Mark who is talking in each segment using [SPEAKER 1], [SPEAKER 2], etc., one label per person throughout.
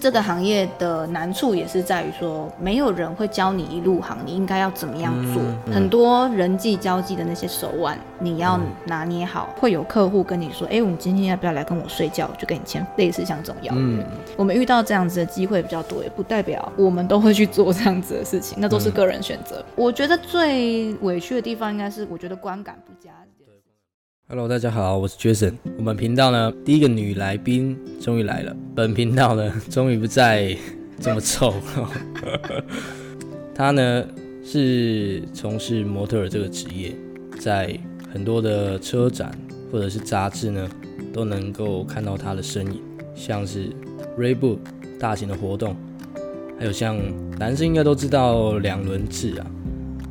[SPEAKER 1] 这个行业的难处也是在于说，没有人会教你一入行，你应该要怎么样做。很多人际交际的那些手腕，你要拿捏好。会有客户跟你说：“哎、我们今天要不要来跟我睡觉？”就跟你签类似像这种邀
[SPEAKER 2] 嗯
[SPEAKER 1] 约。我们遇到这样子的机会比较多，也不代表我们都会去做这样子的事情，那都是个人选择。我觉得最委屈的地方应该是，我觉得观感不佳。
[SPEAKER 2] Hello，大家好，我是 Jason。我们频道呢，第一个女来宾终于来了。本频道呢，终于不再这么臭 了。她呢是从事模特儿这个职业，在很多的车展或者是杂志呢，都能够看到她的身影，像是 r e b o o 大型的活动，还有像男生应该都知道两轮制啊。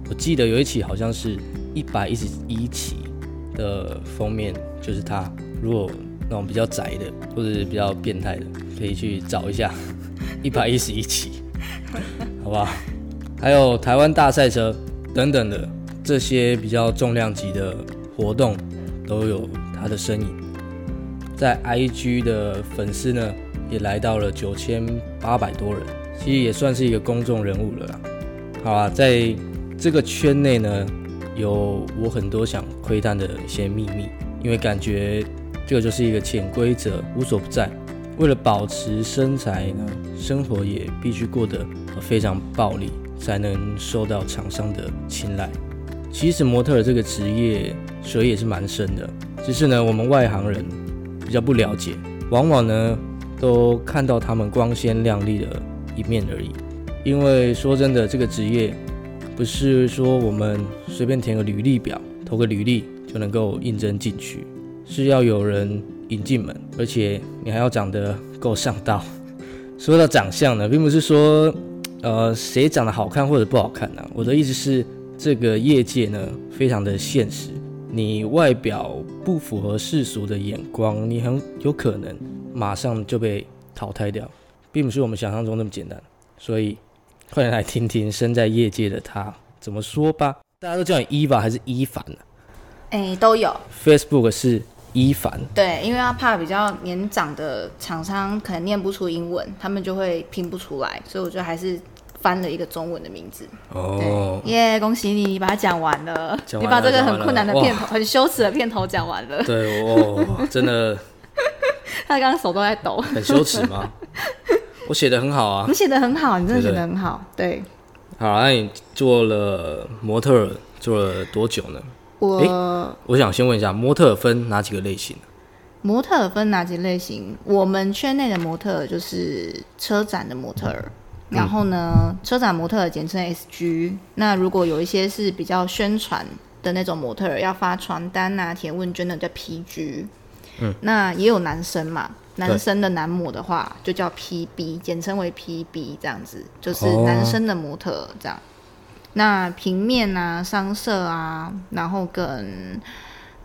[SPEAKER 2] 我记得有一期好像是一百一十一期，的封面就是他。如果那种比较宅的或者是比较变态的，可以去找一下一百一十一期，好不好？还有台湾大赛车等等的这些比较重量级的活动，都有他的身影。在 IG 的粉丝呢，也来到了九千八百多人，其实也算是一个公众人物了啦。好啊，在这个圈内呢，有我很多想窥探的一些秘密，因为感觉这个就是一个潜规则，无所不在。为了保持身材呢，生活也必须过得呃非常暴力，才能受到厂商的青睐。其实模特儿这个职业水也是蛮深的，只是呢，我们外行人比较不了解，往往呢都看到他们光鲜亮丽的一面而已。因为说真的，这个职业不是说我们随便填个履历表、投个履历就能够应征进去，是要有人引进门，而且你还要长得够上道。 说到长相呢，并不是说呃谁长得好看或者不好看啊，我的意思是这个业界呢非常的现实，你外表不符合世俗的眼光，你很有可能马上就被淘汰掉，并不是我们想象中那么简单，所以。快点来听听身在业界的他怎么说吧。大家都叫你伊娃还是伊凡呢、
[SPEAKER 1] 哎、都有。
[SPEAKER 2] f a c e b o o k 是伊凡，
[SPEAKER 1] 对，因为他怕比较年长的厂商可能念不出英文，他们就会拼不出来，所以我就还是翻了一个中文的名字。
[SPEAKER 2] 哦，
[SPEAKER 1] 耶、恭喜你，你把它讲完了，
[SPEAKER 2] 讲完了
[SPEAKER 1] 你把这个很困难的
[SPEAKER 2] 讲完
[SPEAKER 1] 片
[SPEAKER 2] 了
[SPEAKER 1] 头、很羞耻的片头讲完 了。
[SPEAKER 2] 对，哦，真的
[SPEAKER 1] 他刚刚手都在 抖，
[SPEAKER 2] 很羞耻吗？我写的很好啊
[SPEAKER 1] 你。写的很好，你真的写
[SPEAKER 2] 对不对
[SPEAKER 1] 的很好。对
[SPEAKER 2] 好，那你做了模特儿做了多久呢？
[SPEAKER 1] 我、
[SPEAKER 2] 我想先问一下，模特儿分哪几个类型？啊
[SPEAKER 1] 模特儿分哪几类型？我们圈内的模特儿就是车展的模特儿，然后呢，车展模特儿简称 SG。那如果有一些是比较宣传的那种模特儿，要发传单啊、填问卷的叫 PG。嗯，那也有男生嘛，男生的男模的话就叫 PB，简称为 PB 这样子，就是
[SPEAKER 2] 哦
[SPEAKER 1] 男生的模特儿这样。那平面啊、商社啊，然后跟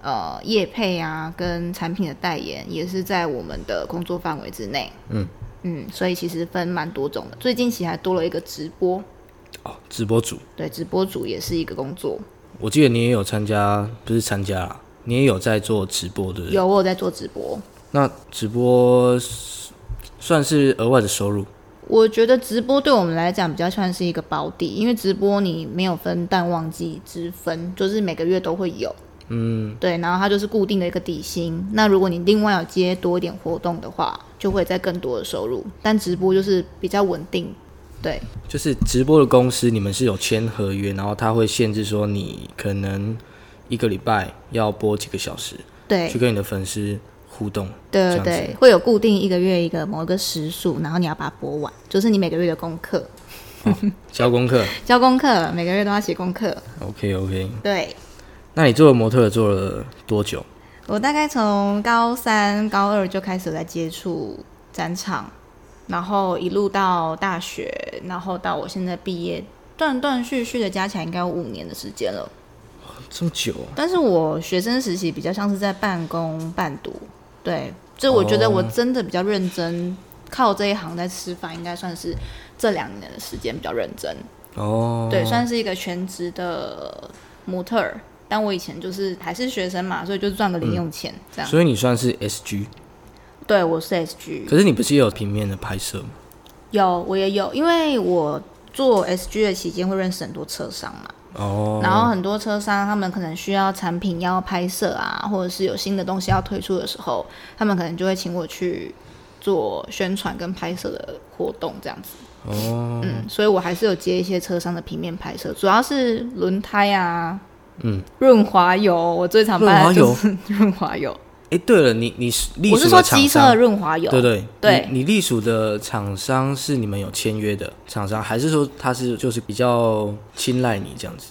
[SPEAKER 1] 呃业配啊，跟产品的代言也是在我们的工作范围之内。
[SPEAKER 2] 嗯
[SPEAKER 1] 嗯，所以其实分蛮多种的。最近其实还多了一个直播，
[SPEAKER 2] 哦，直播主。
[SPEAKER 1] 对，直播主也是一个工作。
[SPEAKER 2] 我记得你也有参加，不是参加啦，你也有在做直播，对不对？
[SPEAKER 1] 有我有在做直播，
[SPEAKER 2] 那直播是算是额外的收入。
[SPEAKER 1] 我觉得直播对我们来讲比较算是一个保底，因为直播你没有分淡旺季之分，就是每个月都会有。嗯，对，然后它就是固定的一个底薪。那如果你另外有接多一点活动的话，就会再更多的收入。但直播就是比较稳定，对，
[SPEAKER 2] 就是直播的公司，你们是有签合约，然后他会限制说你可能一个礼拜要播几个小时，
[SPEAKER 1] 对，
[SPEAKER 2] 去跟你的粉丝互动。
[SPEAKER 1] 对
[SPEAKER 2] 这样
[SPEAKER 1] 对，会有固定一个月一个某一个时数，然后你要把它播完，就是你每个月的功课，
[SPEAKER 2] 交功 课。
[SPEAKER 1] 交功课，每个月都要写功课。
[SPEAKER 2] OK OK，
[SPEAKER 1] 对
[SPEAKER 2] 嗯那你做模特儿做了多久？
[SPEAKER 1] 我大概从高三、高二就开始有在接触展场，然后一路到大学，然后到我现在毕业，断断续续的加起来应该有五年的时间了。
[SPEAKER 2] 这么久啊？
[SPEAKER 1] 但是我学生时期比较像是在半工半读，对，所以我觉得我真的比较认真，靠这一行在吃饭，应该算是这两年的时间比较认真，
[SPEAKER 2] 哦，
[SPEAKER 1] 对，算是一个全职的模特儿。但我以前就是还是学生嘛，所以就赚个零用钱、这样。
[SPEAKER 2] 所以你算是 SG，
[SPEAKER 1] 对，我是 SG，
[SPEAKER 2] 可是你不是也有平面的拍摄吗？
[SPEAKER 1] 有，我也有，因为我做 SG 的期间会认识很多车商嘛，
[SPEAKER 2] 哦，
[SPEAKER 1] 然后很多车商他们可能需要产品要拍摄啊，或者是有新的东西要推出的时候，他们可能就会请我去做宣传跟拍摄的活动这样子。
[SPEAKER 2] 哦，
[SPEAKER 1] 嗯，所以我还是有接一些车商的平面拍摄，主要是轮胎啊，
[SPEAKER 2] 嗯，
[SPEAKER 1] 润滑油，我最
[SPEAKER 2] 哦
[SPEAKER 1] 常卖的就是 润滑油。
[SPEAKER 2] 哎，啊对了，你你是隶
[SPEAKER 1] 我是
[SPEAKER 2] 属
[SPEAKER 1] 说
[SPEAKER 2] 的厂
[SPEAKER 1] 机车的
[SPEAKER 2] 商，
[SPEAKER 1] 润滑油，
[SPEAKER 2] 对对
[SPEAKER 1] 对
[SPEAKER 2] 你你隶属的厂商是你们有签约的厂商，还是说他是就是比较青睐你这样子？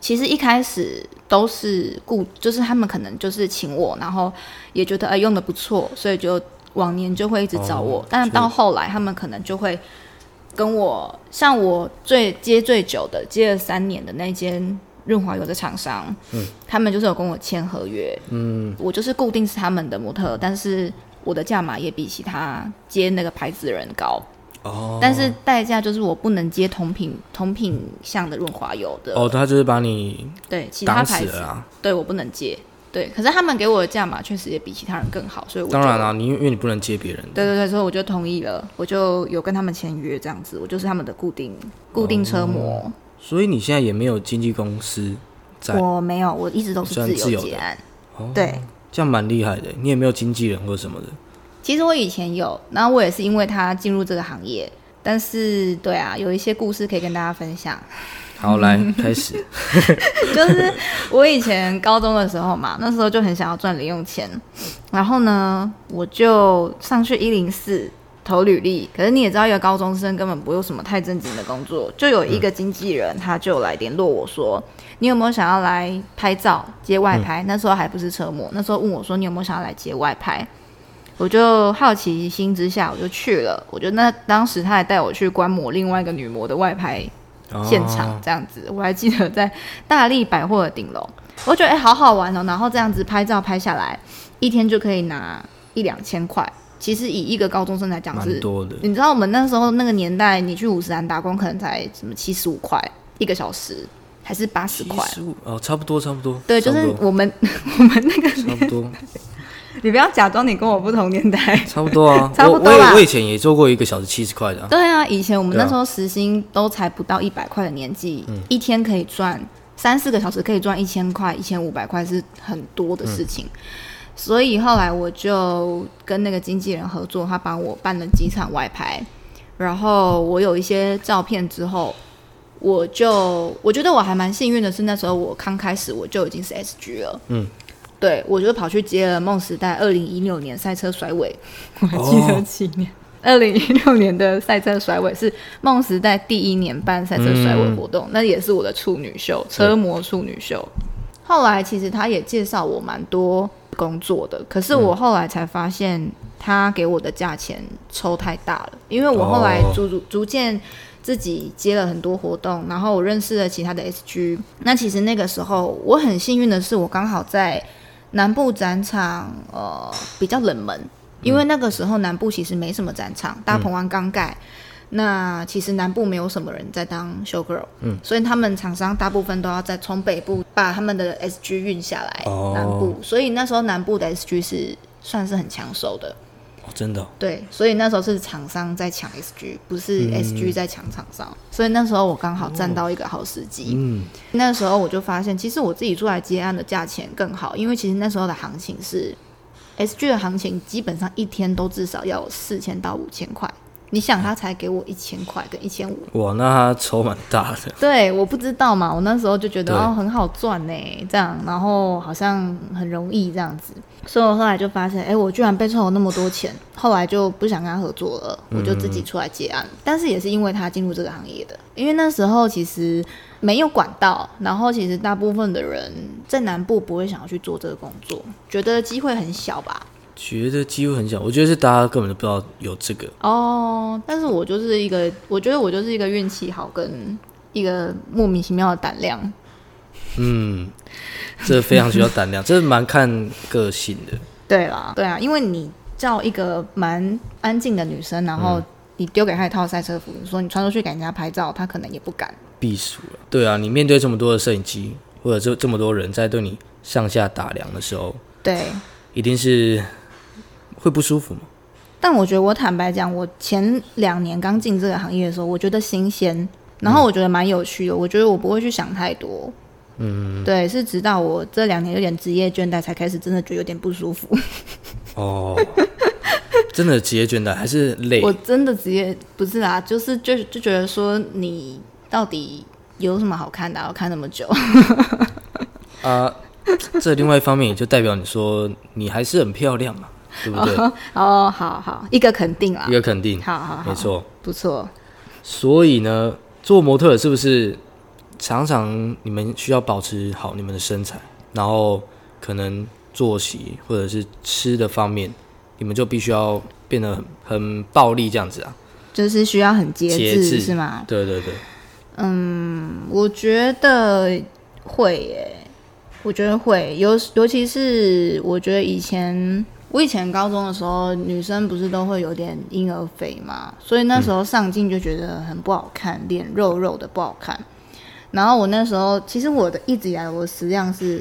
[SPEAKER 1] 其实一开始都是顾，就是他们可能就是请我，然后也觉得呃用的不错，所以就往年就会一直找我。
[SPEAKER 2] 哦
[SPEAKER 1] 但是到后来，他们可能就会跟我，像我最接最久的，接了三年的那间润滑油的厂商，嗯，他们就是有跟我签合约，嗯，我就是固定是他们的模特，但是我的价码也比其他接那个牌子的人高，
[SPEAKER 2] 哦，
[SPEAKER 1] 但是代价就是我不能接同品同品项的润滑油的，
[SPEAKER 2] 哦，他就是把你
[SPEAKER 1] 对其呃他
[SPEAKER 2] 挡
[SPEAKER 1] 牌
[SPEAKER 2] 死
[SPEAKER 1] 子
[SPEAKER 2] 了。啊！
[SPEAKER 1] 对我不能接。对，可是他们给我的价码确实也比其他人更好，所以我就
[SPEAKER 2] 当然啦、你因为因为你不能接别人的，
[SPEAKER 1] 对对对，所以我就同意了，我就有跟他们签约这样子，我就是他们的固定固定车
[SPEAKER 2] 哦
[SPEAKER 1] 模。
[SPEAKER 2] 所以你现在也没有经纪公司在，
[SPEAKER 1] 我没有，我一直都是
[SPEAKER 2] 算
[SPEAKER 1] 自
[SPEAKER 2] 自由
[SPEAKER 1] 由结
[SPEAKER 2] 的
[SPEAKER 1] 案。
[SPEAKER 2] 哦
[SPEAKER 1] 对，
[SPEAKER 2] 这样蛮厉害的。你也没有经纪人或 什么的，
[SPEAKER 1] 其实我以前有，然后我也是因为他进入这个行业，但是对啊，有一些故事可以跟大家分享。
[SPEAKER 2] 好，来开始。
[SPEAKER 1] 就是我以前高中的时候嘛，那时候就很想要赚零用钱，然后呢，我就上去一零四投履历。可是你也知道，一个高中生根本不用什么太正经的工作，就有一个经纪人，他就来联络我说：“你有没有想要来拍照接外拍？”那时候还不是车模，那时候问我说：“你有没有想要来接外拍？”我就好奇心之下，我就去了。我就那当时他还带我去观摩另外一个女模的外拍
[SPEAKER 2] 哦
[SPEAKER 1] 现场这样子。我还记得在大力百货的顶楼，我觉得哎、好好玩哦，然后这样子拍照拍下来，一天就可以拿一两千块。其实以一个高中生来讲
[SPEAKER 2] 蛮
[SPEAKER 1] 是，
[SPEAKER 2] 多的，
[SPEAKER 1] 你知道我们那时候那个年代，你去五十岚打工可能才什么七十五块一个小时，还是八十块。
[SPEAKER 2] 十五哦，差不多差不多。
[SPEAKER 1] 对，就
[SPEAKER 2] 差
[SPEAKER 1] 是
[SPEAKER 2] 不多
[SPEAKER 1] 我们 我们那个，
[SPEAKER 2] 差不 多，
[SPEAKER 1] 你不要假装你跟我不同年代。。
[SPEAKER 2] 差不多 啊
[SPEAKER 1] 差不多
[SPEAKER 2] 我我
[SPEAKER 1] 啦
[SPEAKER 2] 也我以前也做过一个小时七十块的、啊，
[SPEAKER 1] 对啊，以前我们
[SPEAKER 2] 对啊
[SPEAKER 1] 那时候时薪都才不到一百块的年纪，一天可以赚三四个小时，可以赚一千块、一千五百块是很多的事情。所以后来我就跟那个经纪人合作，他帮我办了几场外拍，然后我有一些照片之后，我就我觉得我还蛮幸运的是，那时候我刚开始我就已经是 SG 了，
[SPEAKER 2] 嗯，
[SPEAKER 1] 对我就跑去接了梦时代二零一六年赛车甩尾， 我还记得
[SPEAKER 2] 哦
[SPEAKER 1] 几年。二零一六年的赛车甩尾是梦时代第一年办赛车甩尾活动，那也是我的处女秀，车模处女秀。后来其实他也介绍我蛮多工作的，可是我后来才发现他给我的价钱抽太大了，因为我后来
[SPEAKER 2] 哦
[SPEAKER 1] 逐逐逐渐自己接了很多活动，然后我认识了其他的 SG。那其实那个时候我很幸运的是，我刚好在南部展场，呃，比较冷门，因为那个时候南部其实没什么展场，大鹏湾刚盖。那其实南部没有什么人在当 show girl，嗯，所以他们厂商大部分都要在从北部把他们的 SG 运下来、
[SPEAKER 2] 哦
[SPEAKER 1] 南部，所以那时候南部的 SG 是算是很抢手的，
[SPEAKER 2] 哦、真的哦、
[SPEAKER 1] 对，所以那时候是厂商在抢 SG，不是 SG 在抢厂商，所以那时候我刚好站到一个好时机。
[SPEAKER 2] 嗯，
[SPEAKER 1] 那时候我就发现，其实我自己出来接案的价钱更好，因为其实那时候的行情是 SG 的行情，基本上一天都至少要四千到五千块。你想，他才给我一千块跟一千五，
[SPEAKER 2] 哇，那他筹蛮大的，
[SPEAKER 1] 对，我不知道嘛，我那时候就觉得
[SPEAKER 2] 对
[SPEAKER 1] 哦很好赚呢，这样，然后好像很容易这样子，所以我后来就发现，哎，我居然被抽了那么多钱， 后来就不想跟他合作了，我就自己出来接案，但是也是因为他进入这个行业的，因为那时候其实没有管道，然后其实大部分的人在南部不会想要去做这个工作，觉得机会很小吧。
[SPEAKER 2] 觉得机会很小。我觉得是大家根本就不知道有这个，
[SPEAKER 1] 哦，但是我就是一个，我觉得我就是一个运气好跟一个莫名其妙的胆量，
[SPEAKER 2] 嗯，这非常需要胆量， 这蛮看个性的。
[SPEAKER 1] 对啦，对啊，因为你叫一个蛮安静的女生，然后你丢给她一套赛车服，你说你穿出去给人家拍照，她可能也不敢。
[SPEAKER 2] 避暑了。对啊，你面对这么多的摄影机，或者这这么多人在对你上下打量的时候，
[SPEAKER 1] 对，
[SPEAKER 2] 一定是会不舒服嘛？
[SPEAKER 1] 但我觉得我坦白讲，我前两年刚进这个行业的时候，我觉得新鲜，然后我觉得蛮有趣的，我觉得我不会去想太多。嗯，对，是直到我这两年有点职业倦怠，才开始真的觉得有点不舒服。
[SPEAKER 2] 哦， 真的职业倦怠还是累
[SPEAKER 1] 我真的职业不是啦，就是就就觉得说你到底有什么好看的啊、我看那么久，
[SPEAKER 2] 啊。这另外一方面也就代表你说你还是很漂亮嘛，对不对？
[SPEAKER 1] 哦，好好，一个肯定啦
[SPEAKER 2] 一，个肯定，
[SPEAKER 1] 好好好
[SPEAKER 2] 没，错。
[SPEAKER 1] 不错。
[SPEAKER 2] 所以呢，做模特儿是不是常常你们需要保持好你们的身材，然后可能作息或者是吃的方面，你们就必须要变得很很暴力这样子啊？
[SPEAKER 1] 就是需要很节
[SPEAKER 2] 节
[SPEAKER 1] 制，
[SPEAKER 2] 制
[SPEAKER 1] 是吗？
[SPEAKER 2] 对对对，
[SPEAKER 1] 我觉得会耶，我觉得会，尤尤其是我觉得以前。我以前高中的时候，女生不是都会有点婴儿肥嘛，所以
[SPEAKER 2] 嗯
[SPEAKER 1] 那时候上镜就觉得很不好看，脸肉肉的不好看。然后我那时候，其实我的一直以来我的食量是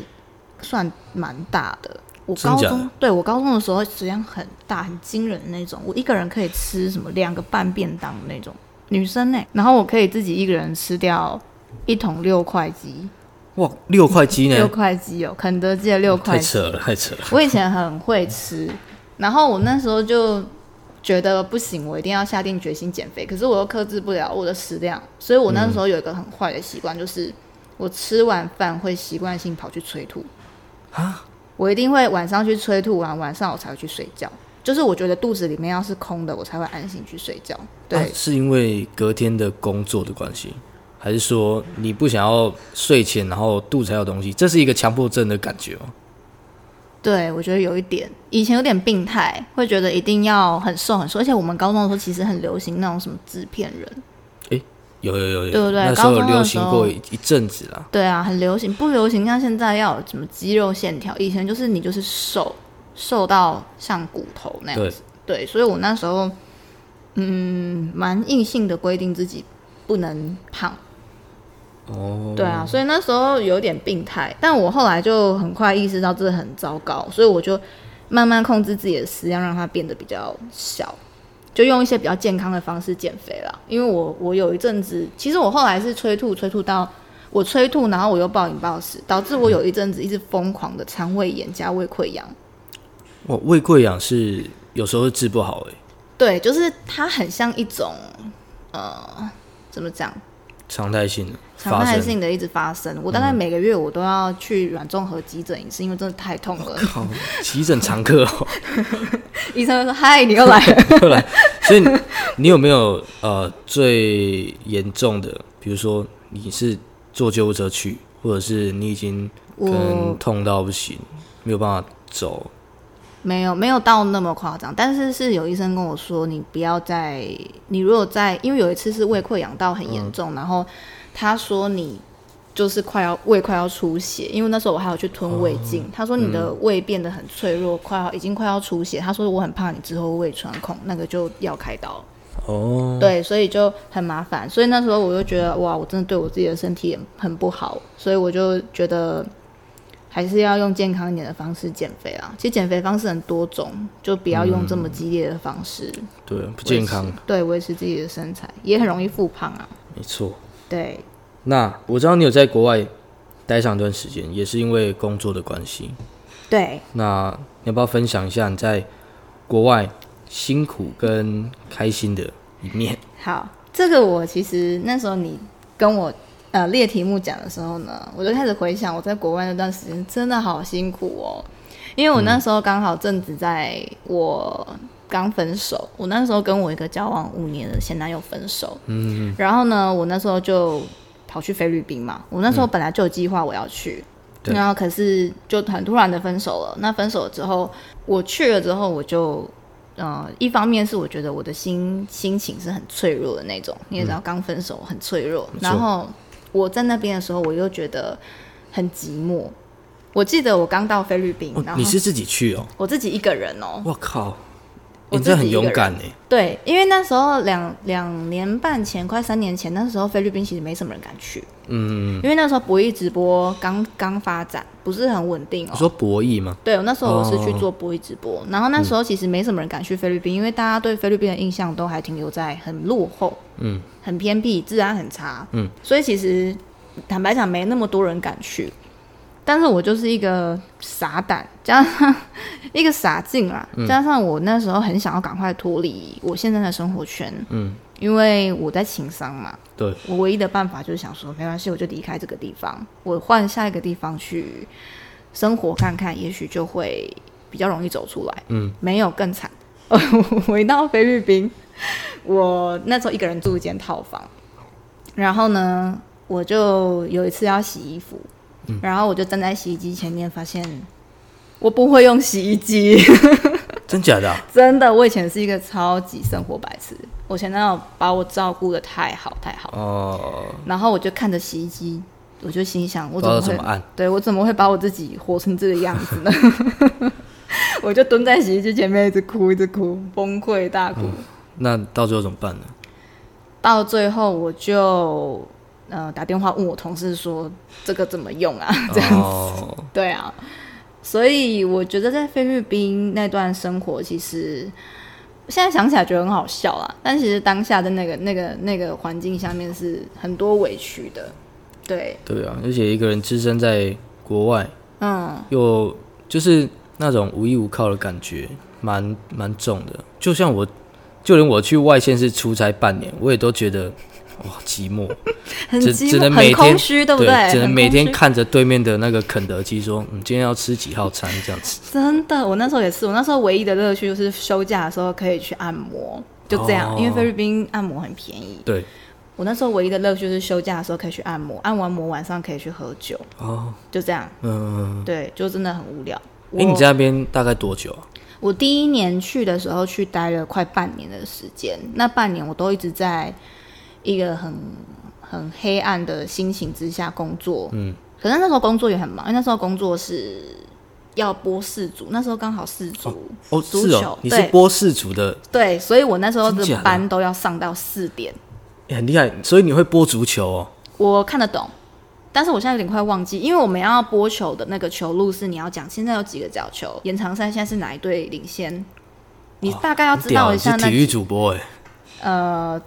[SPEAKER 1] 算蛮大的。我
[SPEAKER 2] 真
[SPEAKER 1] 高
[SPEAKER 2] 假的
[SPEAKER 1] 中对我高中的时候食量很大，很惊人的那种，我一个人可以吃什么两个半便当的那种女生呢、然后我可以自己一个人吃掉一桶六块鸡，
[SPEAKER 2] 哇，六块鸡
[SPEAKER 1] 六
[SPEAKER 2] 呢，
[SPEAKER 1] 块鸡哦，肯德基的六块
[SPEAKER 2] 嗯太
[SPEAKER 1] 鸡。
[SPEAKER 2] 扯了，太扯了。
[SPEAKER 1] 我以前很会吃，然后我那时候就觉得不行，我一定要下定决心减肥。可是我又克制不了我的食量，所以我
[SPEAKER 2] 嗯
[SPEAKER 1] 那时候有一个很坏的习惯，就是我吃完饭会习惯性跑去催吐。
[SPEAKER 2] 啊，
[SPEAKER 1] 我一定会晚上去催吐完，晚上我才会去睡觉。就是我觉得肚子里面要是空的，我才会安心去睡觉。对，
[SPEAKER 2] 啊是因为隔天的工作的关系，还是说你不想要睡前然后肚子还有东西？这是一个强迫症的感觉吗？
[SPEAKER 1] 对，我觉得有一点，以前有点病态，会觉得一定要很瘦很瘦，而且我们高中的时候其实很流行那种什么制片人，
[SPEAKER 2] 有有有有，
[SPEAKER 1] 对不对
[SPEAKER 2] 那时候
[SPEAKER 1] 高
[SPEAKER 2] 有
[SPEAKER 1] 中的
[SPEAKER 2] 流行
[SPEAKER 1] 时候
[SPEAKER 2] 过一一阵子啦。
[SPEAKER 1] 对啊，很流行，不流行像现在要有什么肌肉线条，以前就是你就是瘦，瘦到像骨头那样
[SPEAKER 2] 对
[SPEAKER 1] 子，对，所以我那时候，嗯，蛮硬性的规定自己不能胖，
[SPEAKER 2] 哦，
[SPEAKER 1] 对啊，所以那时候有点病态，但我后来就很快意识到这很糟糕，所以我就慢慢控制自己的食量，让它变得比较小，就用一些比较健康的方式减肥啦。因为我我有一阵子，其实我后来是催吐，催吐到我催吐，然后我又暴饮暴食，导致我有一阵子一直疯狂的肠胃炎加胃溃疡。
[SPEAKER 2] 我胃溃疡是有时候会治不好哎、
[SPEAKER 1] 对，就是它很像一种呃，怎么讲？
[SPEAKER 2] 常态性的
[SPEAKER 1] 常
[SPEAKER 2] 发
[SPEAKER 1] 态
[SPEAKER 2] 生。
[SPEAKER 1] 性的一直发生，我大概每个月我都要去软综合急诊一次，因为真的太痛了。
[SPEAKER 2] 靠， 急诊常客哦。
[SPEAKER 1] 医生会说：“嗨，你又来了。
[SPEAKER 2] 后来，所以你你有没有呃最严重的，比如说你是坐救护车去，或者是你已经可能
[SPEAKER 1] 我
[SPEAKER 2] 痛到不行，没有办法走，”
[SPEAKER 1] 没有，没有到那么夸张，但是是有医生跟我说，你不要再，你如果在，因为有一次是胃溃疡到很严重，然后他说你就是快要胃快要出血，因为那时候我还有去吞胃镜，他说你的胃变得很脆弱，快要已经快要出血，他说我很怕你之后胃穿孔，那个就要开刀。
[SPEAKER 2] 哦，
[SPEAKER 1] 对，所以就很麻烦。所以那时候我就觉得，哇，我真的对我自己的身体也很不好，所以我就觉得还是要用健康一点的方式减肥啊。其实减肥方式很多种，就不要用这么激烈的方式，
[SPEAKER 2] 对，不嗯健康，，
[SPEAKER 1] 对，维持自己的身材也很容易复胖啊。
[SPEAKER 2] 没错。
[SPEAKER 1] 对，
[SPEAKER 2] 那我知道你有在国外待上一段时间，也是因为工作的关系。
[SPEAKER 1] 对，
[SPEAKER 2] 那你要不要分享一下你在国外辛苦跟开心的一面？
[SPEAKER 1] 好，这个我其实那时候你跟我呃列题目讲的时候呢，我就开始回想我在国外那段时间真的好辛苦哦，因为我
[SPEAKER 2] 嗯
[SPEAKER 1] 那时候刚好正值在我刚分手，我那时候跟我一个交往五年的前男友分手，嗯，然后呢，我那时候就跑去菲律宾嘛，我那时候本来就有计划我要去。
[SPEAKER 2] 嗯对
[SPEAKER 1] 然后可是就很突然的分手了。那分手之后，我去了之后，我就呃，一方面是我觉得我的心心情是很脆弱的那种，你也知道刚分手很脆弱，
[SPEAKER 2] 嗯没错
[SPEAKER 1] 然后我在那边的时候，我又觉得很寂寞。我记得我刚到菲律宾，
[SPEAKER 2] 哦
[SPEAKER 1] 然，后
[SPEAKER 2] 你是自己去哦？
[SPEAKER 1] 我自己一个人哦，
[SPEAKER 2] 我靠，
[SPEAKER 1] 我
[SPEAKER 2] 你
[SPEAKER 1] 自己
[SPEAKER 2] 这很
[SPEAKER 1] 一个
[SPEAKER 2] 勇
[SPEAKER 1] 人哦
[SPEAKER 2] 敢哎、
[SPEAKER 1] 对，因为那时候两两年半前，快三年前，那时候菲律宾其实没什么人敢去，
[SPEAKER 2] 嗯，
[SPEAKER 1] 因为那时候博弈直播刚刚发展，不是很稳定哦
[SPEAKER 2] 你。说博弈吗？
[SPEAKER 1] 对，我那时候我是去
[SPEAKER 2] 哦
[SPEAKER 1] 做播一直播，然后那时候其实没什么人敢去菲律宾，因为大家对菲律宾的印象都还停留在很落后，
[SPEAKER 2] 嗯，
[SPEAKER 1] 很偏僻，治安很差，
[SPEAKER 2] 嗯，
[SPEAKER 1] 所以其实坦白讲，没那么多人敢去。但是我就是一个傻蛋，加上 一个傻劲啦，
[SPEAKER 2] 嗯
[SPEAKER 1] 加上我那时候很想要赶快脱离我现在的生活圈，
[SPEAKER 2] 嗯，
[SPEAKER 1] 因为我在情商嘛，
[SPEAKER 2] 对，
[SPEAKER 1] 我唯一的办法就是想说，没关系，我就离开这个地方，我换下一个地方去生活看看，也许就会比较容易走出来。
[SPEAKER 2] 嗯，
[SPEAKER 1] 没有更惨。 我一到菲律宾，我那时候一个人住一间套房，然后呢，我就有一次要洗衣服，然后我就站在洗衣机前面，发现我不会用洗衣机。
[SPEAKER 2] 真假的啊、
[SPEAKER 1] 真的，我以前是一个超级生活白痴，我前男友把我照顾的太好太好了
[SPEAKER 2] 哦，
[SPEAKER 1] 然后我就看着洗衣机，我就心想，
[SPEAKER 2] 不
[SPEAKER 1] 我
[SPEAKER 2] 知
[SPEAKER 1] 怎
[SPEAKER 2] 道
[SPEAKER 1] 么
[SPEAKER 2] 怎
[SPEAKER 1] 会？
[SPEAKER 2] 么按，
[SPEAKER 1] 对我怎么会把我自己活成这个样子呢？ 我就蹲在洗衣机前面一直哭，一直哭，崩溃大
[SPEAKER 2] 嗯
[SPEAKER 1] 哭。
[SPEAKER 2] 那到最后怎么办呢？
[SPEAKER 1] 到最后，我就呃打电话问我同事说这个怎么用啊？ 这样子，
[SPEAKER 2] 哦，
[SPEAKER 1] 对啊。所以我觉得在菲律宾那段生活，其实现在想起来觉得很好笑啊，但其实当下的那个那个那个环境下面是很多委屈的，对，
[SPEAKER 2] 对啊，而且一个人置身在国外，
[SPEAKER 1] 嗯。
[SPEAKER 2] 又就是那种无依无靠的感觉，蛮蛮重的。就像我，就连我去外县市出差半年，我也都觉得哇寂寞，
[SPEAKER 1] 很
[SPEAKER 2] 只
[SPEAKER 1] 寂寞
[SPEAKER 2] 只能每
[SPEAKER 1] 很空
[SPEAKER 2] 天
[SPEAKER 1] 虚，对不对？
[SPEAKER 2] 只能
[SPEAKER 1] 很
[SPEAKER 2] 每
[SPEAKER 1] 空
[SPEAKER 2] 天
[SPEAKER 1] 虚
[SPEAKER 2] 看着对面的那个肯德基说，嗯，今天要吃几号餐这样 子。
[SPEAKER 1] 真的，我那时候也是，我那时候唯一的乐趣就是休假的时候可以去按摩，就这样，
[SPEAKER 2] 哦
[SPEAKER 1] 因为菲律宾按摩很便宜。
[SPEAKER 2] 对，
[SPEAKER 1] 我那时候唯一的乐趣就是休假的时候可以去按摩，按完摩晚上可以去喝酒，
[SPEAKER 2] 哦，
[SPEAKER 1] 就这样。
[SPEAKER 2] 嗯、
[SPEAKER 1] 对，就真的很无聊。
[SPEAKER 2] 哎、你在那边大概多久啊？
[SPEAKER 1] 我第一年去的时候去待了快半年的时间，那半年我都一直在一个很很黑暗的心情之下工作。
[SPEAKER 2] 嗯，
[SPEAKER 1] 可是那时候工作也很忙，因为那时候工作是要播四组，那时候刚好四组、
[SPEAKER 2] 哦，
[SPEAKER 1] 足
[SPEAKER 2] 是哦
[SPEAKER 1] 球，
[SPEAKER 2] 你是
[SPEAKER 1] 对
[SPEAKER 2] 波士族的，
[SPEAKER 1] 对，所以我那时候
[SPEAKER 2] 真假的
[SPEAKER 1] 的班都要上到四点。
[SPEAKER 2] 诶很厉害，所以你会播足球哦。
[SPEAKER 1] 我看得懂，但是我现在有点快忘记，因为我们要播球的那个球路是你要讲现在有几个角球，延长赛现在是哪一队领先，你大概要
[SPEAKER 2] 哦很
[SPEAKER 1] 啊知
[SPEAKER 2] 屌
[SPEAKER 1] 道一
[SPEAKER 2] 你是
[SPEAKER 1] 下那
[SPEAKER 2] 体育主播哎，
[SPEAKER 1] 呃，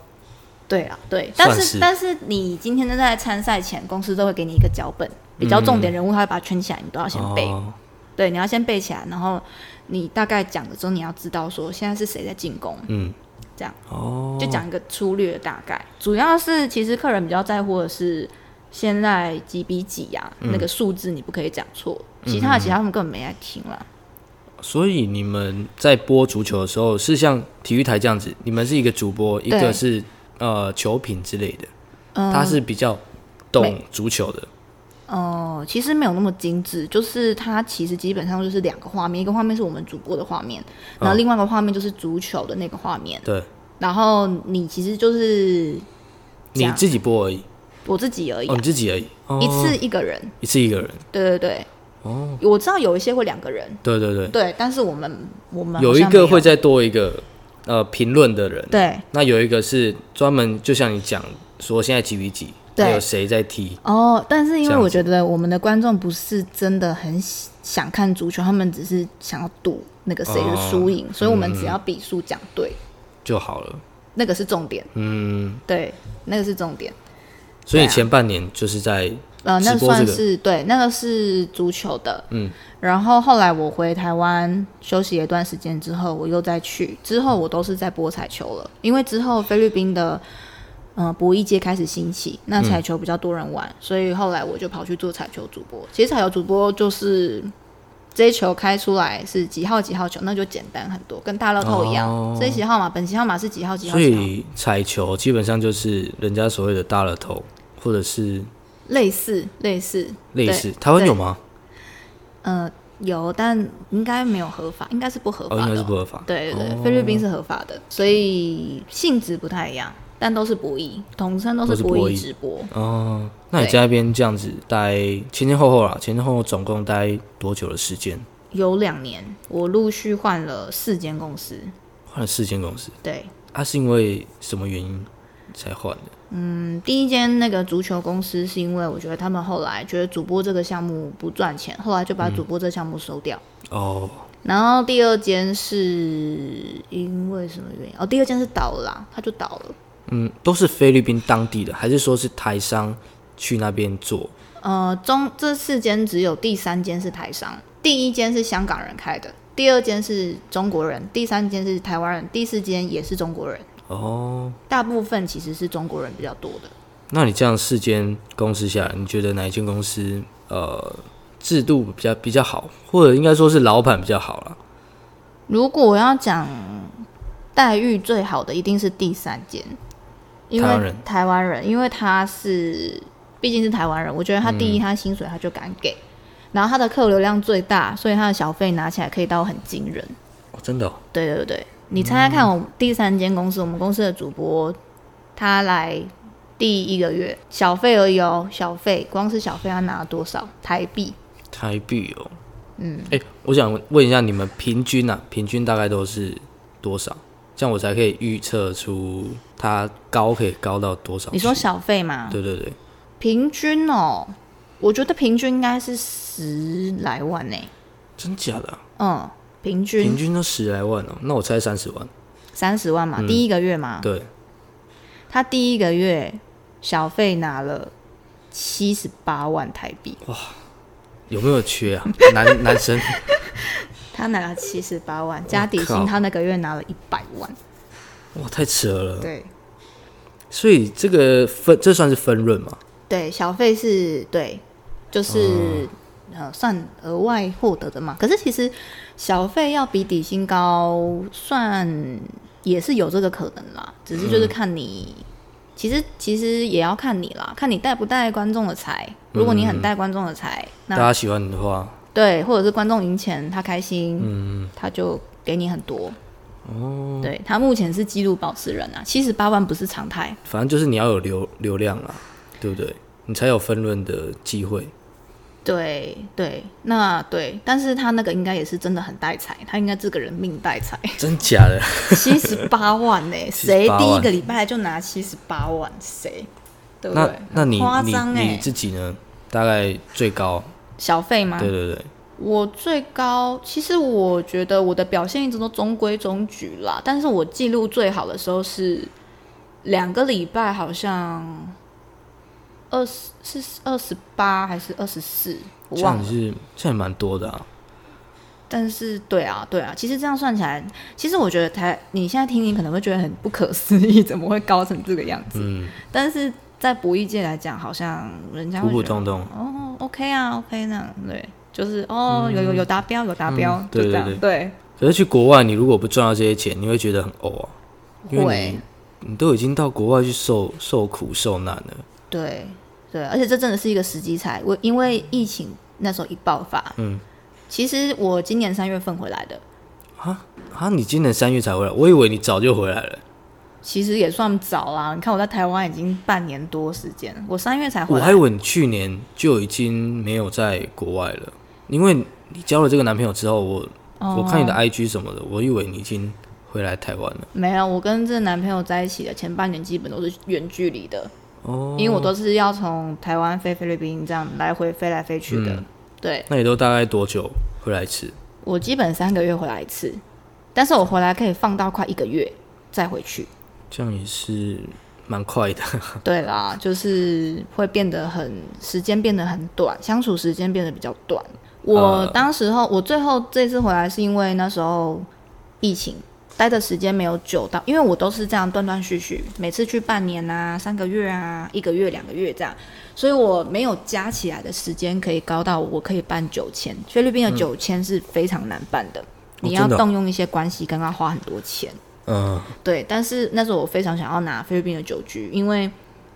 [SPEAKER 1] 对啊，对，但
[SPEAKER 2] 算
[SPEAKER 1] 是
[SPEAKER 2] 是
[SPEAKER 1] 但是你今天在参赛前，公司都会给你一个脚本，比较重点人物，他会把它圈起来，你都要先背。
[SPEAKER 2] 哦
[SPEAKER 1] 对，你要先背起来，然后你大概讲的时候，你要知道说现在是谁在进攻，
[SPEAKER 2] 嗯，
[SPEAKER 1] 这样
[SPEAKER 2] 哦，
[SPEAKER 1] 就讲一个粗略的大概。主要是其实客人比较在乎的是现在几比几呀、
[SPEAKER 2] 嗯
[SPEAKER 1] 那个数字你不可以讲错，其他的其他他们根本没来听啦。
[SPEAKER 2] 所以你们在播足球的时候是像体育台这样子，你们是一个主播，一个是呃球品之类的，
[SPEAKER 1] 嗯
[SPEAKER 2] 他是比较懂足球的，
[SPEAKER 1] 哦、其实没有那么精致，就是它其实基本上就是两个画面，一个画面是我们主播的画面，然
[SPEAKER 2] 嗯
[SPEAKER 1] 后另外一个画面就是足球的那个画面，
[SPEAKER 2] 对，
[SPEAKER 1] 然后你其实就是这
[SPEAKER 2] 你
[SPEAKER 1] 样
[SPEAKER 2] 自己播而已，
[SPEAKER 1] 我自己而已
[SPEAKER 2] 哦，
[SPEAKER 1] 啊、
[SPEAKER 2] 你自己而已，哦
[SPEAKER 1] 一次一个人。
[SPEAKER 2] 一次一个人，
[SPEAKER 1] 对对对，哦，我知道有一些会两个人，
[SPEAKER 2] 对对对，
[SPEAKER 1] 对，但是我们我们
[SPEAKER 2] 有一
[SPEAKER 1] 好像没
[SPEAKER 2] 个会再多一个呃评论的人，
[SPEAKER 1] 对
[SPEAKER 2] 那有一个是专门就像你讲说现在几比几，
[SPEAKER 1] 对
[SPEAKER 2] 还有谁在踢，
[SPEAKER 1] 哦，但是因
[SPEAKER 2] 这
[SPEAKER 1] 为
[SPEAKER 2] 样
[SPEAKER 1] 我
[SPEAKER 2] 子
[SPEAKER 1] 觉得我们的观众不是真的很喜想看足球，他们只是想要赌那个谁的
[SPEAKER 2] 哦
[SPEAKER 1] 输赢，所以我
[SPEAKER 2] 嗯
[SPEAKER 1] 们只要比数讲对，
[SPEAKER 2] 就好了，
[SPEAKER 1] 那个是重点，
[SPEAKER 2] 嗯，
[SPEAKER 1] 对，那个是重点。
[SPEAKER 2] 所以
[SPEAKER 1] 对啊
[SPEAKER 2] 前半年就是在
[SPEAKER 1] 呃，那
[SPEAKER 2] 直
[SPEAKER 1] 个
[SPEAKER 2] 播这
[SPEAKER 1] 算
[SPEAKER 2] 个
[SPEAKER 1] 是对，那个是足球的，嗯。然后后来我回台湾休息了一段时间之后，我又再去，之后我都是在播彩球了，因为之后菲律宾的呃博弈界开始兴起，那彩球比较多人玩，
[SPEAKER 2] 嗯
[SPEAKER 1] 所以后来我就跑去做彩球主播。其实彩球主播就是这一球开出来是几号几号球，那就简单很多，跟大乐透一样，
[SPEAKER 2] 哦
[SPEAKER 1] 这一期号码本期号码是几号几号
[SPEAKER 2] 所
[SPEAKER 1] 几号，
[SPEAKER 2] 以彩球基本上就是人家所谓的大乐透，或者是
[SPEAKER 1] 类似类似
[SPEAKER 2] 类
[SPEAKER 1] 对
[SPEAKER 2] 似台湾有吗？
[SPEAKER 1] 呃，有，但应该没有合法，应该是不合
[SPEAKER 2] 哦，
[SPEAKER 1] 法
[SPEAKER 2] 应该
[SPEAKER 1] 的
[SPEAKER 2] 是
[SPEAKER 1] 哦。
[SPEAKER 2] 不合法。
[SPEAKER 1] 对对对，
[SPEAKER 2] 哦
[SPEAKER 1] 菲律宾是合法的，所以性质不太一样，但都是博弈，统称都
[SPEAKER 2] 都是
[SPEAKER 1] 是博
[SPEAKER 2] 博弈
[SPEAKER 1] 弈直播。
[SPEAKER 2] 哦，那你
[SPEAKER 1] 对
[SPEAKER 2] 在那边这样子待前前后后啦，前前后后总共待多久的时间？
[SPEAKER 1] 有两年，我陆续换了四间公司，
[SPEAKER 2] 换了四间公司，
[SPEAKER 1] 对，
[SPEAKER 2] 啊，是因为什么原因才换的？
[SPEAKER 1] 嗯，第一间那个足球公司是因为我觉得他们后来觉得主播这个项目不赚钱，后来就把主播这项目收掉。
[SPEAKER 2] 哦，
[SPEAKER 1] 然后第二间是因为什么原因？哦，第二间是倒了啦，他就倒了。
[SPEAKER 2] 嗯，都是菲律宾当地的，还是说是台商去那边做？
[SPEAKER 1] 呃，中这四间只有第三间是台商，第一间是香港人开的，第二间是中国人，第三间是台湾人，第四间也是中国人。
[SPEAKER 2] 哦，
[SPEAKER 1] 大部分其实是中国人比较多的。
[SPEAKER 2] 那你这样四间公司下来，你觉得哪一间公司呃制度比较比较好，或者应该说是老板比较好啦？
[SPEAKER 1] 如果我要讲待遇最好的，一定是第三间，因
[SPEAKER 2] 台湾
[SPEAKER 1] 为
[SPEAKER 2] 人
[SPEAKER 1] 台湾人，因为他是毕竟是台湾人，我觉得他第一他薪水他就敢给，然后他的客流量最大，所以他的小费拿起来可以到很惊人。
[SPEAKER 2] 哦，真的、哦，
[SPEAKER 1] 对对对对，你猜猜看，
[SPEAKER 2] 嗯
[SPEAKER 1] 我第三间公司，我们公司的主播他来第一个月小费而已哦，小费光是小费他拿了多少台币？
[SPEAKER 2] 台币哦。嗯，哎、我想问一下，你们平均啊，平均大概都是多少？这样我才可以预测出它高可以高到多少去？
[SPEAKER 1] 你说小费吗？
[SPEAKER 2] 哦对对对，
[SPEAKER 1] 平均哦，我觉得平均应该是十来万呢、
[SPEAKER 2] 真假的
[SPEAKER 1] 嗯，
[SPEAKER 2] 啊、
[SPEAKER 1] 平
[SPEAKER 2] 平
[SPEAKER 1] 均
[SPEAKER 2] 均都十来万哦，那我猜三十万。
[SPEAKER 1] 三十万嘛，第一个月嘛，
[SPEAKER 2] 嗯对，
[SPEAKER 1] 他第一个月小费拿了七十八万台币，
[SPEAKER 2] 有没有缺啊？ 男男生
[SPEAKER 1] 他拿了七十八万，加底
[SPEAKER 2] 靠
[SPEAKER 1] 薪他那个月拿了一百万，
[SPEAKER 2] 哇，太扯了。
[SPEAKER 1] 对
[SPEAKER 2] 所以这个分这算是分润嘛？
[SPEAKER 1] 对，小费是对，就是、呃算额外获得的嘛，可是其实小费要比底薪高，算也是有这个可能啦，只是就是看你。其实其实也要看你啦，看你带不带观众的财。如果你很带观众的财，那
[SPEAKER 2] 大家喜欢你的话，
[SPEAKER 1] 对，或者是观众赢钱，他开心，嗯，他就给你很多。哦，对他目前是纪录保持人啊，七十八万不是常态。
[SPEAKER 2] 反正就是你要有流流量啦，对不对？你才有分润的机会。
[SPEAKER 1] 对对，那对，但是他那个应该也是真的很带财，他应该这个人命带 财，
[SPEAKER 2] 真假的？
[SPEAKER 1] 七十八万呢、谁
[SPEAKER 2] 78
[SPEAKER 1] 第一
[SPEAKER 2] 万
[SPEAKER 1] 个礼拜就拿七十八万？谁？对不
[SPEAKER 2] 那
[SPEAKER 1] 对？
[SPEAKER 2] 那你
[SPEAKER 1] 很夸
[SPEAKER 2] 你
[SPEAKER 1] 张
[SPEAKER 2] 你
[SPEAKER 1] 哎、
[SPEAKER 2] 自己呢？大概最高？
[SPEAKER 1] 小费吗？
[SPEAKER 2] 对对对，
[SPEAKER 1] 我最高，其实我觉得我的表现一直都中规中矩啦，但是我记录最好的时候是两个礼拜，好像二十是二十八还是二十四，我
[SPEAKER 2] 这
[SPEAKER 1] 忘
[SPEAKER 2] 样
[SPEAKER 1] 了
[SPEAKER 2] 也。是这样也蛮多的啊。
[SPEAKER 1] 但是对啊，对啊，其实这样算起来，其实我觉得台你现在听，你可能会觉得很不可思议，怎么会高成这个样子？
[SPEAKER 2] 嗯，
[SPEAKER 1] 但是在博弈界来讲，好像人家
[SPEAKER 2] 普
[SPEAKER 1] 会
[SPEAKER 2] 普
[SPEAKER 1] 觉得
[SPEAKER 2] 通通。
[SPEAKER 1] 哦，OK 啊，OK 那样对，就是哦，有有有达标，有达标，
[SPEAKER 2] 嗯
[SPEAKER 1] 就
[SPEAKER 2] 对
[SPEAKER 1] 这样
[SPEAKER 2] 对
[SPEAKER 1] 对
[SPEAKER 2] 可是去国外，你如果不赚到这些钱，你会觉得很呕啊，因为
[SPEAKER 1] 会
[SPEAKER 2] 你你都已经到国外去受受苦受难了。
[SPEAKER 1] 对对，而且这真的是一个时机才，我因为疫情那时候一爆发，
[SPEAKER 2] 嗯，
[SPEAKER 1] 其实我今年三月份回来的，
[SPEAKER 2] 啊，你今年三月才回来，我以为你早就回来了。
[SPEAKER 1] 其实也算早啦。你看我在台湾已经半年多时间，我三月才
[SPEAKER 2] 我
[SPEAKER 1] 回
[SPEAKER 2] 还
[SPEAKER 1] 来
[SPEAKER 2] 以，为你去年就已经没有在国外了，因为你交了这个男朋友之后，我、
[SPEAKER 1] 哦
[SPEAKER 2] 我看你的 IG 什么的，我以为你已经回来台湾了。
[SPEAKER 1] 没有，我跟这男朋友在一起的前半年基本都是远距离的，
[SPEAKER 2] 哦，
[SPEAKER 1] 因为我都是要从台湾飞菲律宾这样来回飞来飞去的。对
[SPEAKER 2] 那你都大概多久回来一次？
[SPEAKER 1] 我基本三个月回来一次，但是我回来可以放到快一个月再回去。
[SPEAKER 2] 这样也是蛮快的。
[SPEAKER 1] 对啦，就是会变得很时间变得很短，相处时间变得比较短。我
[SPEAKER 2] 呃
[SPEAKER 1] 当时候，我最后这次回来是因为那时候疫情待的时间没有久到，因为我都是这样断断续续，每次去半年啊、三个月啊、一个月、两个月这样，所以我没有加起来的时间可以高到我可以办九千。菲律宾的九千是非常难办的，你要
[SPEAKER 2] 嗯真的哦
[SPEAKER 1] 动用一些关系跟他花很多钱。
[SPEAKER 2] 嗯、
[SPEAKER 1] 对，但是那时候我非常想要拿菲律宾的酒居，因为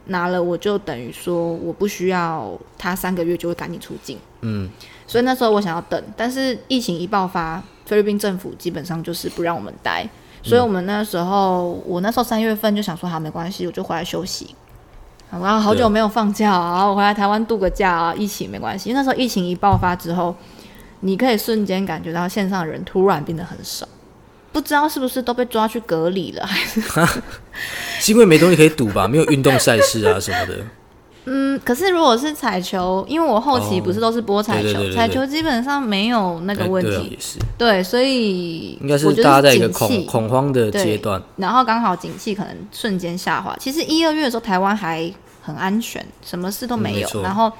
[SPEAKER 1] 拿了我就等于说我不需要他三个月就会赶你出境，
[SPEAKER 2] 嗯，
[SPEAKER 1] 所以那时候我想要等，但是疫情一爆发，菲律宾政府基本上就是不让我们待，所以我们那时候我那时候三月份就想说好没关系，我就回来休息。然后好久没有放假啊，我回来台湾度个假啊，疫情没关系。因为那时候疫情一爆发之后，你可以瞬间感觉到线上的人突然变得很少。不知道是不是都被抓去隔离了，还是
[SPEAKER 2] 是因为没东西可以赌吧？没有运动赛事啊什么的。
[SPEAKER 1] 嗯，可是如果是彩球，因为我后期
[SPEAKER 2] 哦
[SPEAKER 1] 不是都是播彩球，
[SPEAKER 2] 对对对对
[SPEAKER 1] 彩球基本上没有 那个
[SPEAKER 2] 哎
[SPEAKER 1] 问
[SPEAKER 2] 对啊
[SPEAKER 1] 题，
[SPEAKER 2] 也是，
[SPEAKER 1] 对，所以
[SPEAKER 2] 应该
[SPEAKER 1] 我
[SPEAKER 2] 是
[SPEAKER 1] 觉得
[SPEAKER 2] 大家在一个
[SPEAKER 1] 景气
[SPEAKER 2] 恐恐慌的阶段。
[SPEAKER 1] 然后刚好景气可能瞬间下滑。其实一二月的时候，台湾还很安全，什么事都没
[SPEAKER 2] 嗯没
[SPEAKER 1] 有。
[SPEAKER 2] 错
[SPEAKER 1] 然后，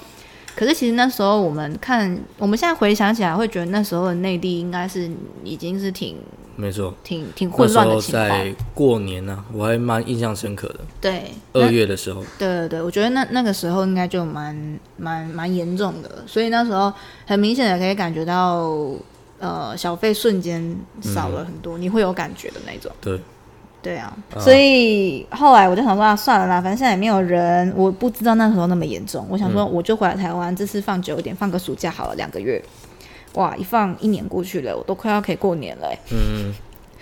[SPEAKER 1] 可是其实那时候我们看，我们现在回想起来，会觉得那时候的内地应该是已经是挺
[SPEAKER 2] 没错，
[SPEAKER 1] 挺挺
[SPEAKER 2] 那
[SPEAKER 1] 混
[SPEAKER 2] 时
[SPEAKER 1] 乱的
[SPEAKER 2] 候
[SPEAKER 1] 情况。
[SPEAKER 2] 在过年呢、我还蛮印象深刻的。
[SPEAKER 1] 对，
[SPEAKER 2] 二
[SPEAKER 1] 那
[SPEAKER 2] 月的时候，
[SPEAKER 1] 对对对，我觉得那那个时候应该就蛮蛮蛮严重的，所以那时候很明显的可以感觉到，呃，小费瞬间少了很多，你会有感觉的那种。
[SPEAKER 2] 对，
[SPEAKER 1] 对啊，所以后来我就想说啊，算了啦，反正现在也没有人，我不知道那时候那么严重。我想说，我就回来台湾，这次放久一点，放个暑假好了，两个月。哇，一放一年过去了，我都快要可以过年了、欸。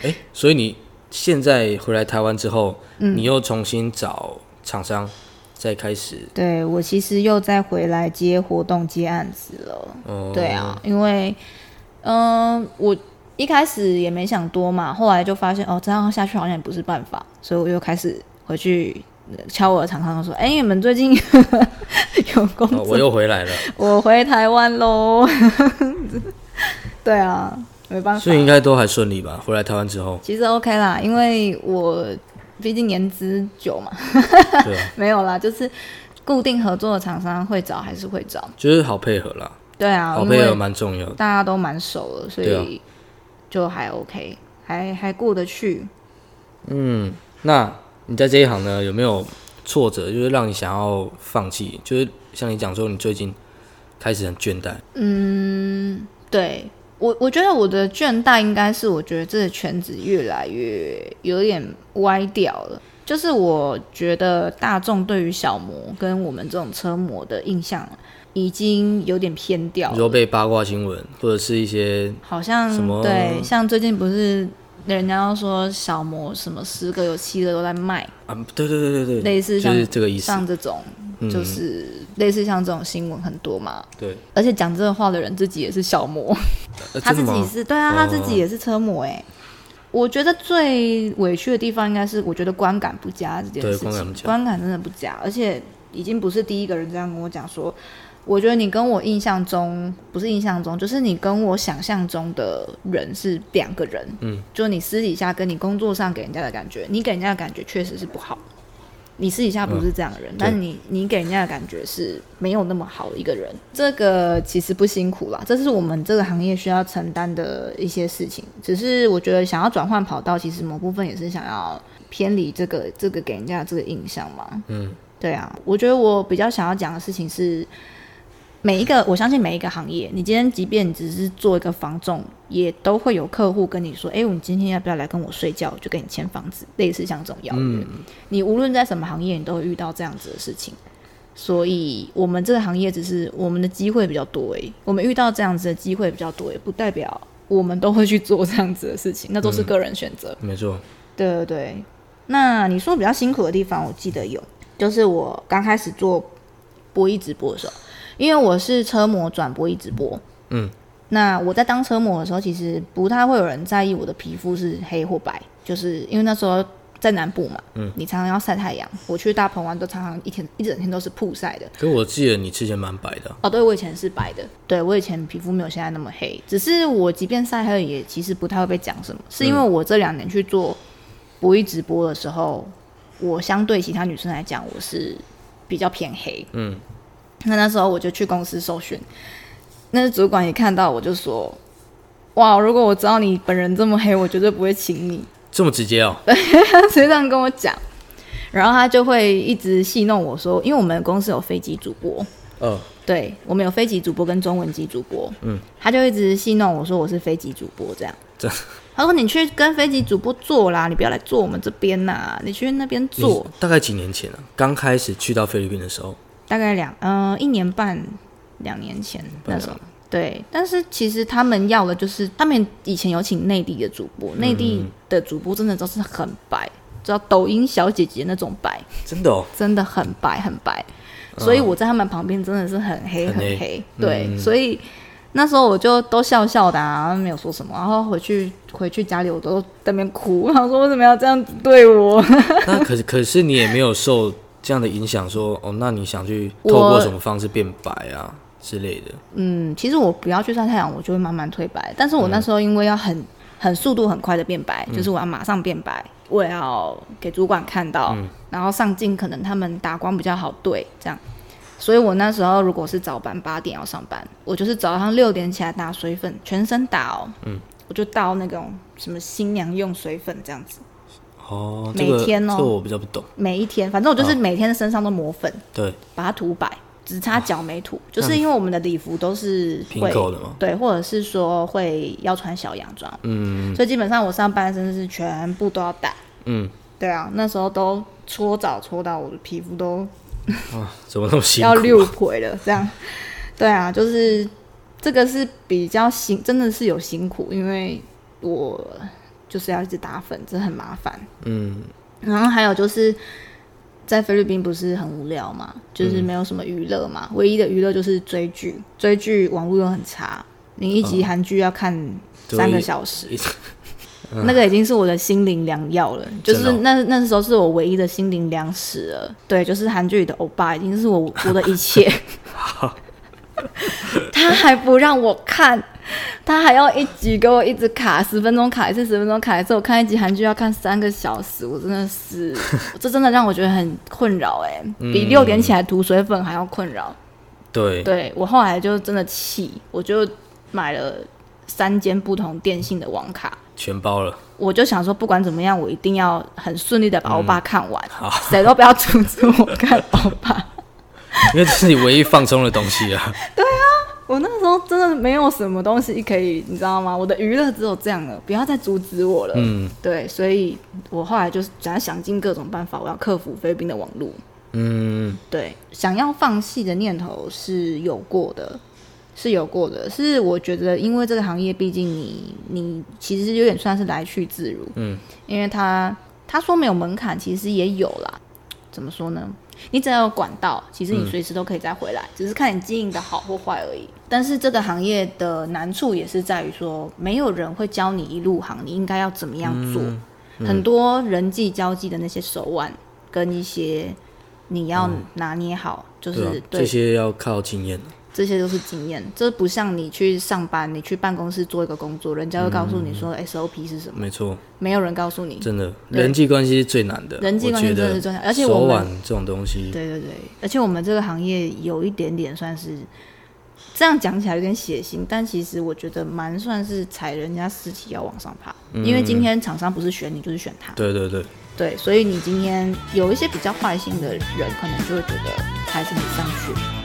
[SPEAKER 2] 哎、所以你现在回来台湾之后，
[SPEAKER 1] 嗯
[SPEAKER 2] 你又重新找厂商，再开始
[SPEAKER 1] 对我其实又再回来接活动接案子了。
[SPEAKER 2] 哦，
[SPEAKER 1] 对，啊，因为嗯、我一开始也没想多嘛，后来就发现哦，这样下去好像也不是办法，所以我又开始回去呃敲我的厂商说，哎、你们最近 有工
[SPEAKER 2] 哦，我又回来了，
[SPEAKER 1] 我回台湾喽。 对啊，没办法，
[SPEAKER 2] 所以，应该都还顺利吧？回来台湾之后
[SPEAKER 1] 其实 OK 啦，因为我毕竟年资久嘛，
[SPEAKER 2] 对啊，
[SPEAKER 1] 没有啦，就是固定合作的厂商会找还是会找。
[SPEAKER 2] 就是好配合啦，
[SPEAKER 1] 对啊，
[SPEAKER 2] 好
[SPEAKER 1] 因
[SPEAKER 2] 配合
[SPEAKER 1] 为
[SPEAKER 2] 蛮重要的。
[SPEAKER 1] 大家都蛮熟了，所
[SPEAKER 2] 对啊
[SPEAKER 1] 以就还 OK，还还过得去。
[SPEAKER 2] 那你在这一行呢，有没有挫折，就是让你想要放弃？就是像你讲说，你最近开始很倦怠，
[SPEAKER 1] 哦对我，我觉得我的倦怠应该是，我觉得这个圈子越来越有点歪掉了。就是我觉得大众对于小模跟我们这种车模的印象已经有点偏掉
[SPEAKER 2] 你说
[SPEAKER 1] 了，
[SPEAKER 2] 被八卦新闻或者是一些
[SPEAKER 1] 好像
[SPEAKER 2] 什么
[SPEAKER 1] 对，像最近不是人家都说小模什么十个有七个都在卖，
[SPEAKER 2] 啊，对对对对对，
[SPEAKER 1] 类似
[SPEAKER 2] 就
[SPEAKER 1] 像
[SPEAKER 2] 是这个意思，嗯
[SPEAKER 1] 像这种就是类似像这种新闻很多嘛，
[SPEAKER 2] 对，
[SPEAKER 1] 而且讲这话的人自己也是小模，
[SPEAKER 2] 呃
[SPEAKER 1] 他
[SPEAKER 2] 真
[SPEAKER 1] 自
[SPEAKER 2] 的吗哦
[SPEAKER 1] 己是对啊，他自己也是车模哎、我觉得最委屈的地方应该是，我觉得观感不佳这件
[SPEAKER 2] 对
[SPEAKER 1] 事情，
[SPEAKER 2] 观感不佳
[SPEAKER 1] 真的不佳，而且已经不是第一个人这样跟我讲说，我觉得你跟我印象中不是印象中，就是你跟我想象中的人是两个人，嗯，就你私底下跟你工作上给人家的感觉，你给人家的感觉确实是不好。你私底下不是这样的人，但是你你给人家的感觉是没有那么好的一个人，这个其实不辛苦啦，这是我们这个行业需要承担的一些事情。只是我觉得想要转换跑道，其实某部分也是想要偏离这个这个给人家的这个印象嘛。嗯，对啊，我觉得我比较想要讲的事情是，每一个我相信每一个行业，你今天即便你只是做一个房仲，也都会有客户跟你说，哎、你今天要不要来跟我睡觉，我就跟你签房子，类似像这种邀约。你无论在什么行业，你都会遇到这样子的事情。所以，我们这个行业只是我们的机会比较多而已，我们遇到这样子的机会比较多，也不代表我们都会去做这样子的事情，那都是个人选择。
[SPEAKER 2] 没错，
[SPEAKER 1] 对对对，那你说比较辛苦的地方，我记得有，就是我刚开始做博弈直播的时候，因为我是车模转博弈直播，
[SPEAKER 2] 嗯，
[SPEAKER 1] 那我在当车模的时候，其实不太会有人在意我的皮肤是黑或白，就是因为那时候在南部嘛，嗯，你常常要晒太阳，我去大鹏湾都常常一天一整天都是曝晒的，
[SPEAKER 2] 可我记得你之前蛮白的啊，
[SPEAKER 1] 哦，对，我以前是白的，对我以前皮肤没有现在那么黑，只是我即便晒黑也其实不太会被讲什么，是因为我这两年去做博弈直播的时候，我相对其他女生来讲，我是比较偏黑，嗯，那那时候我就去公司受训，那主管也看到我就说，哇，如果我知道你本人这么黑，我绝对不会请你，
[SPEAKER 2] 这么直接哦、
[SPEAKER 1] 他直接这样跟我讲，然后他就会一直戏弄我说，因为我们公司有飞机主播，
[SPEAKER 2] 呃，
[SPEAKER 1] 对我们有非籍主播跟中文籍主播，嗯，他就一直戏弄我说我是非籍主播这样，
[SPEAKER 2] 这
[SPEAKER 1] 他说你去跟非籍主播做啦，你不要来做我们这边呐、你去那边做
[SPEAKER 2] 你，大概几年前啊，刚开始去到菲律宾的时候，
[SPEAKER 1] 大概两呃一年半两年前那时候。对，但是其实他们要的就是，他们以前有请内地的主播，内地的主播真的都是很白，知道抖音小姐姐那种白，
[SPEAKER 2] 真的哦、
[SPEAKER 1] 真的很嗯白很白，所以我在他们旁边真的是很黑嗯
[SPEAKER 2] 很
[SPEAKER 1] 很
[SPEAKER 2] 黑
[SPEAKER 1] 黑。对，所以那时候我就都笑笑的啊，没有说什么。然后回去回去家里，我都在那边哭，然后说为什么要这样子对我？
[SPEAKER 2] 那可是可是你也没有受这样的影响，说哦，那你想去透过
[SPEAKER 1] 我
[SPEAKER 2] 什么方式变白啊之类的？
[SPEAKER 1] 嗯，其实我不要去晒太阳，我就会慢慢褪白。但是
[SPEAKER 2] 嗯
[SPEAKER 1] 我那时候因为要很很速度很快的变白，就是我要马上变白，我也要给主管看到，
[SPEAKER 2] 嗯
[SPEAKER 1] 然后上镜可能他们打光比较好对这样。所以我那时候如果是早班八点要上班，我就是早上六点起来打水粉，全身打哦，嗯，我就倒那种什么新娘用水粉这样子，
[SPEAKER 2] 哦，这
[SPEAKER 1] 每
[SPEAKER 2] 个
[SPEAKER 1] 天哦
[SPEAKER 2] 这个我比较不懂。
[SPEAKER 1] 每一天，反正我
[SPEAKER 2] 哦
[SPEAKER 1] 就是每天身上都抹粉，
[SPEAKER 2] 对，
[SPEAKER 1] 把它涂白，只差脚没涂，就是因为我们的礼服都是
[SPEAKER 2] 哦平
[SPEAKER 1] 会
[SPEAKER 2] 口的嘛
[SPEAKER 1] 对，或者是说会要穿小洋装，
[SPEAKER 2] 嗯
[SPEAKER 1] 所以基本上我上半身是全部都要打。
[SPEAKER 2] 嗯，
[SPEAKER 1] 对啊，那时候都搓澡搓到我的皮肤都
[SPEAKER 2] 怎么那么辛
[SPEAKER 1] 要
[SPEAKER 2] 苦？
[SPEAKER 1] 六回了，这样。对啊，就是这个是比较辛，真的是有辛苦，因为我就是要一直打粉，这很麻烦。
[SPEAKER 2] 嗯，
[SPEAKER 1] 然后还有就是在菲律宾不是很无聊嘛，就是没有什么娱乐嘛，唯一的娱乐就是追剧，追剧网络又很差，你一集韩剧要看
[SPEAKER 2] 对
[SPEAKER 1] 三个小时。
[SPEAKER 2] 一
[SPEAKER 1] 那个已经是我的心灵良药了，就
[SPEAKER 2] 嗯真的
[SPEAKER 1] 是
[SPEAKER 2] 哦
[SPEAKER 1] 那那时候是我唯一的心灵粮食了。对，就是韩剧里的欧巴已经是我我的一 切。他还不让我看，他还要一集给我一直卡十分钟卡一次，十分钟卡一次。我看一集韩剧要看三个小时，我真的 是，这真的让我觉得很困扰哎、比六点起来涂水粉还要困扰。
[SPEAKER 2] 嗯对，
[SPEAKER 1] 对我后来就真的气，我就买了三间不同电信的网卡。
[SPEAKER 2] 全包了。
[SPEAKER 1] 我就想说，不管怎么样，我一定要很顺利的把欧巴看完，谁都不要阻止我看欧巴。
[SPEAKER 2] 因为这是你唯一放松的东西啊。
[SPEAKER 1] 我那时候真的没有什么东西可以，你知道吗？我的娱乐只有这样了，不要再阻止我了。
[SPEAKER 2] 嗯
[SPEAKER 1] 对，所以我后来就是想要想尽各种办法，我要克服菲律宾的网络。
[SPEAKER 2] 嗯，
[SPEAKER 1] 对，想要放弃的念头是有过的，是有过的。是我觉得，因为这个行业，毕竟你你其实有点算是来去自如，
[SPEAKER 2] 嗯，
[SPEAKER 1] 因为他他说没有门槛，其实也有啦。怎么说呢？你只要有管道，其实
[SPEAKER 2] 嗯
[SPEAKER 1] 你随时都可以再回来，只是看你经营的好或坏而已。但是这个行业的难处也是在于说，没有人会教你一入行，你应该要怎么样做。
[SPEAKER 2] 嗯
[SPEAKER 1] 很多人际交际的那些手腕跟一些你要拿捏好，就是
[SPEAKER 2] 嗯对啊
[SPEAKER 1] 对，
[SPEAKER 2] 这些要靠经验。
[SPEAKER 1] 这些都是经验。这不像你去上班，你去办公室做一个工作，人家会告诉你说 SOP 是什么，
[SPEAKER 2] 没错，
[SPEAKER 1] 没有人告诉你。
[SPEAKER 2] 嗯真的，
[SPEAKER 1] 对
[SPEAKER 2] 人际关系是最难的。
[SPEAKER 1] 人际关系真的是最难
[SPEAKER 2] 我觉得
[SPEAKER 1] 而且
[SPEAKER 2] 手
[SPEAKER 1] 我们
[SPEAKER 2] 腕这种东西，
[SPEAKER 1] 对对对，而且我们这个行业有一点点算是。这样讲起来有点血腥，但其实我觉得蛮算是踩人家尸体要往上爬，
[SPEAKER 2] 嗯
[SPEAKER 1] 因为今天厂商不是选你就是选他，
[SPEAKER 2] 对对对，
[SPEAKER 1] 对，所以你今天有一些比较坏心的人，可能就会觉得还是你上去，